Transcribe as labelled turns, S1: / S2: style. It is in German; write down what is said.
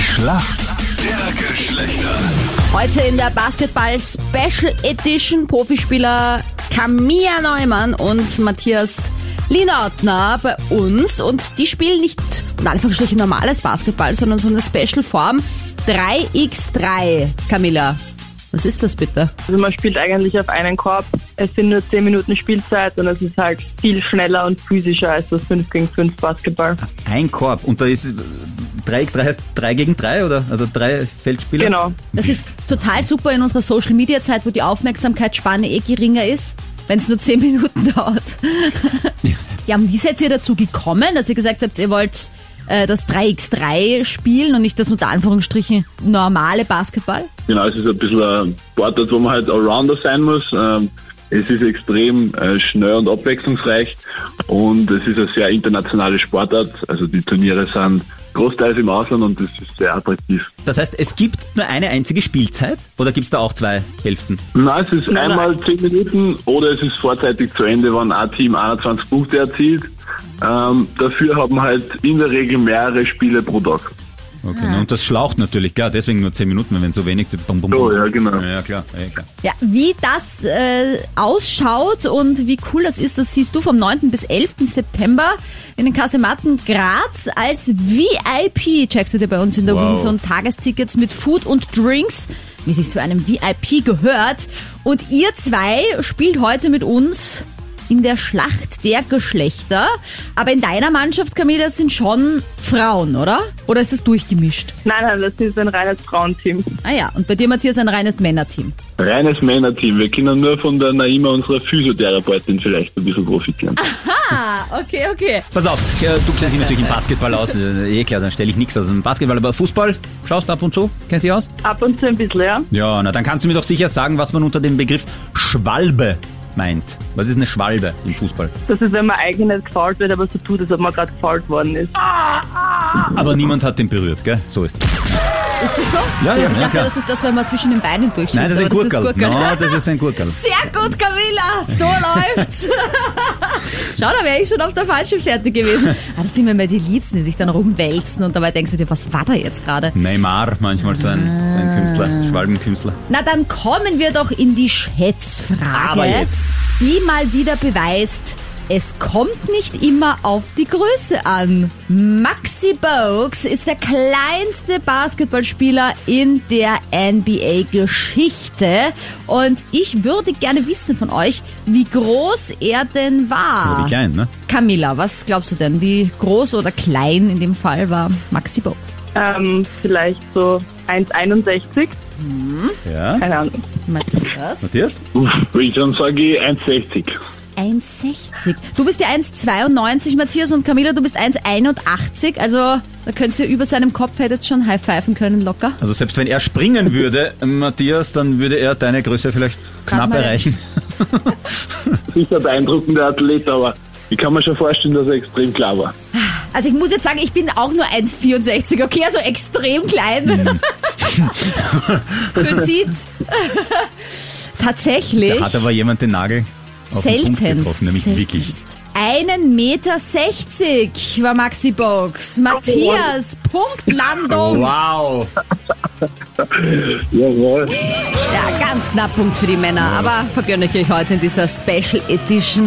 S1: Schlacht der Geschlechter.
S2: Heute in der Basketball Special Edition Profispieler Camilla Neumann und Matthias Lienautner bei uns und die spielen nicht in Anführungsstrichen normales Basketball, sondern so eine Special Form 3x3. Camilla, was ist das bitte?
S3: Also man spielt eigentlich auf einen Korb. Es sind nur 10 Minuten Spielzeit und es ist halt viel schneller und physischer als das 5 gegen 5 Basketball.
S4: Ein Korb. Und da ist äh, 3x3 heißt 3 gegen 3, oder? Also drei Feldspieler.
S3: Genau.
S2: Das ist total super in unserer Social Media Zeit, wo die Aufmerksamkeitsspanne eh geringer ist, wenn es nur 10 Minuten dauert. ja, und wie seid ihr dazu gekommen, dass ihr gesagt habt, ihr wollt äh, das 3x3 spielen und nicht das unter Anführungsstrichen normale Basketball?
S5: Genau, es ist ein bisschen ein Sportart, wo man halt Allrounder sein muss. Ähm, Es ist extrem äh, schnell und abwechslungsreich und es ist eine sehr internationale Sportart. Also die Turniere sind großteils im Ausland und das ist sehr attraktiv.
S4: Das heißt, es gibt nur eine einzige Spielzeit oder gibt es da auch zwei Hälften?
S5: Nein, es ist
S3: Nein,
S5: einmal 10 Minuten oder es ist vorzeitig zu Ende, wann ein Team 21 Punkte erzielt. Ähm, dafür haben halt in der Regel mehrere Spiele pro Tag.
S4: Okay, na, und das schlaucht natürlich, klar, deswegen nur 10 Minuten, wenn so wenig. Bum, bum,
S5: So,
S4: bum.
S5: ja, genau.
S4: Ja, klar, ja, eh, klar.
S2: Ja, wie das äh, ausschaut und wie cool das ist, das siehst du vom 9. bis 11. September in den Kasematten Graz. Als VIP checkst du dir bei uns in der
S4: Wow.
S2: Windsor und Tagestickets mit Food und Drinks, wie sich's für einen VIP gehört. Und ihr zwei spielt heute mit uns in der Schlacht der Geschlechter. Aber in deiner Mannschaft, Camila, sind schon Frauen, oder? Oder ist das durchgemischt?
S3: Nein, nein, das ist ein reines Frauenteam.
S2: Ah ja, und bei dir, Matthias, ein reines Männerteam.
S5: Reines Männerteam. Wir können nur von der Naima, unserer Physiotherapeutin, vielleicht ein bisschen profitieren.
S2: Ah, okay, okay.
S4: Pass auf, äh, du kennst dich natürlich im Basketball aus, äh, eh klar, dann stelle ich nichts aus dem Basketball, aber Fußball, schaust du ab und zu, kennst du dich aus?
S3: Ab und zu ein bisschen, ja.
S4: Ja, na dann kannst du mir doch sicher sagen, was man unter dem Begriff Schwalbe meint. Was ist eine Schwalbe im Fußball?
S3: Das ist, wenn man eigentlich nicht gefault wird, aber so tut, als ob man gerade gefault worden ist.
S4: Aber niemand hat den berührt, gell? So ist es.
S2: Ist das so?
S4: Ja, ja,
S2: Ich
S4: ja,
S2: dachte,
S4: klar.
S2: das ist das, wenn man zwischen den Beinen durchschießt.
S4: Nein, das ist ein
S2: aber
S4: Gurkerl.
S2: Gurkerl.
S4: No, das ist ein Gurkerl.
S2: Sehr gut, Camilla. So läuft's. Schau, da wäre ich schon auf der falschen Fährte gewesen. Ah, das sind mir immer die Liebsten, die sich dann rumwälzen und dabei denkst du dir, was war da jetzt gerade?
S4: Neymar, manchmal so ein, ein Künstler, Schwalbenkünstler.
S2: Na, dann kommen wir doch in die Schätzfrage.
S4: Aber jetzt.
S2: Die mal wieder beweist, es kommt nicht immer auf die Größe an. Maxi Bogues ist der kleinste Basketballspieler in der NBA-Geschichte. Und ich würde gerne wissen von euch, wie groß er denn
S4: Aber
S2: war.
S4: wie klein, ne?
S2: Camilla, was glaubst du denn, wie groß oder klein in dem Fall war Maxi Bogues?
S3: Ähm, vielleicht so 1,61.
S4: Ja.
S3: Keine Ahnung.
S2: Matthias?
S4: Matthias?
S5: Uff, ich dann sage ich 1,60.
S2: 1,60. Du bist ja 1,92, Matthias, und Camilla, du bist 1,81. Also da könnt ihr über seinem Kopf hättet schon high pfeifen können, locker.
S4: Also selbst wenn er springen würde, Matthias, dann würde er deine Größe vielleicht
S2: Warte
S4: knapp
S2: mal.
S4: erreichen.
S5: Sicher beeindruckender Athlet, aber ich kann mir schon vorstellen, dass er extrem klar war.
S2: Also ich muss jetzt sagen, ich bin auch nur 1,64, okay? Also extrem klein.
S4: Mhm.
S2: Petit. Tatsächlich.
S4: Hat aber jemand den Nagel auf den Punkt
S2: Seltenst.
S4: getroffen, nämlich
S2: seltenst.
S4: wirklich.
S2: Einen Meter 60 war Maxi Box. Matthias,
S4: Oh.
S2: Punktlandung.
S4: Wow!
S5: Jawohl.
S2: Ja, ganz knapp Punkt für die Männer, aber vergönne ich euch heute in dieser Special Edition.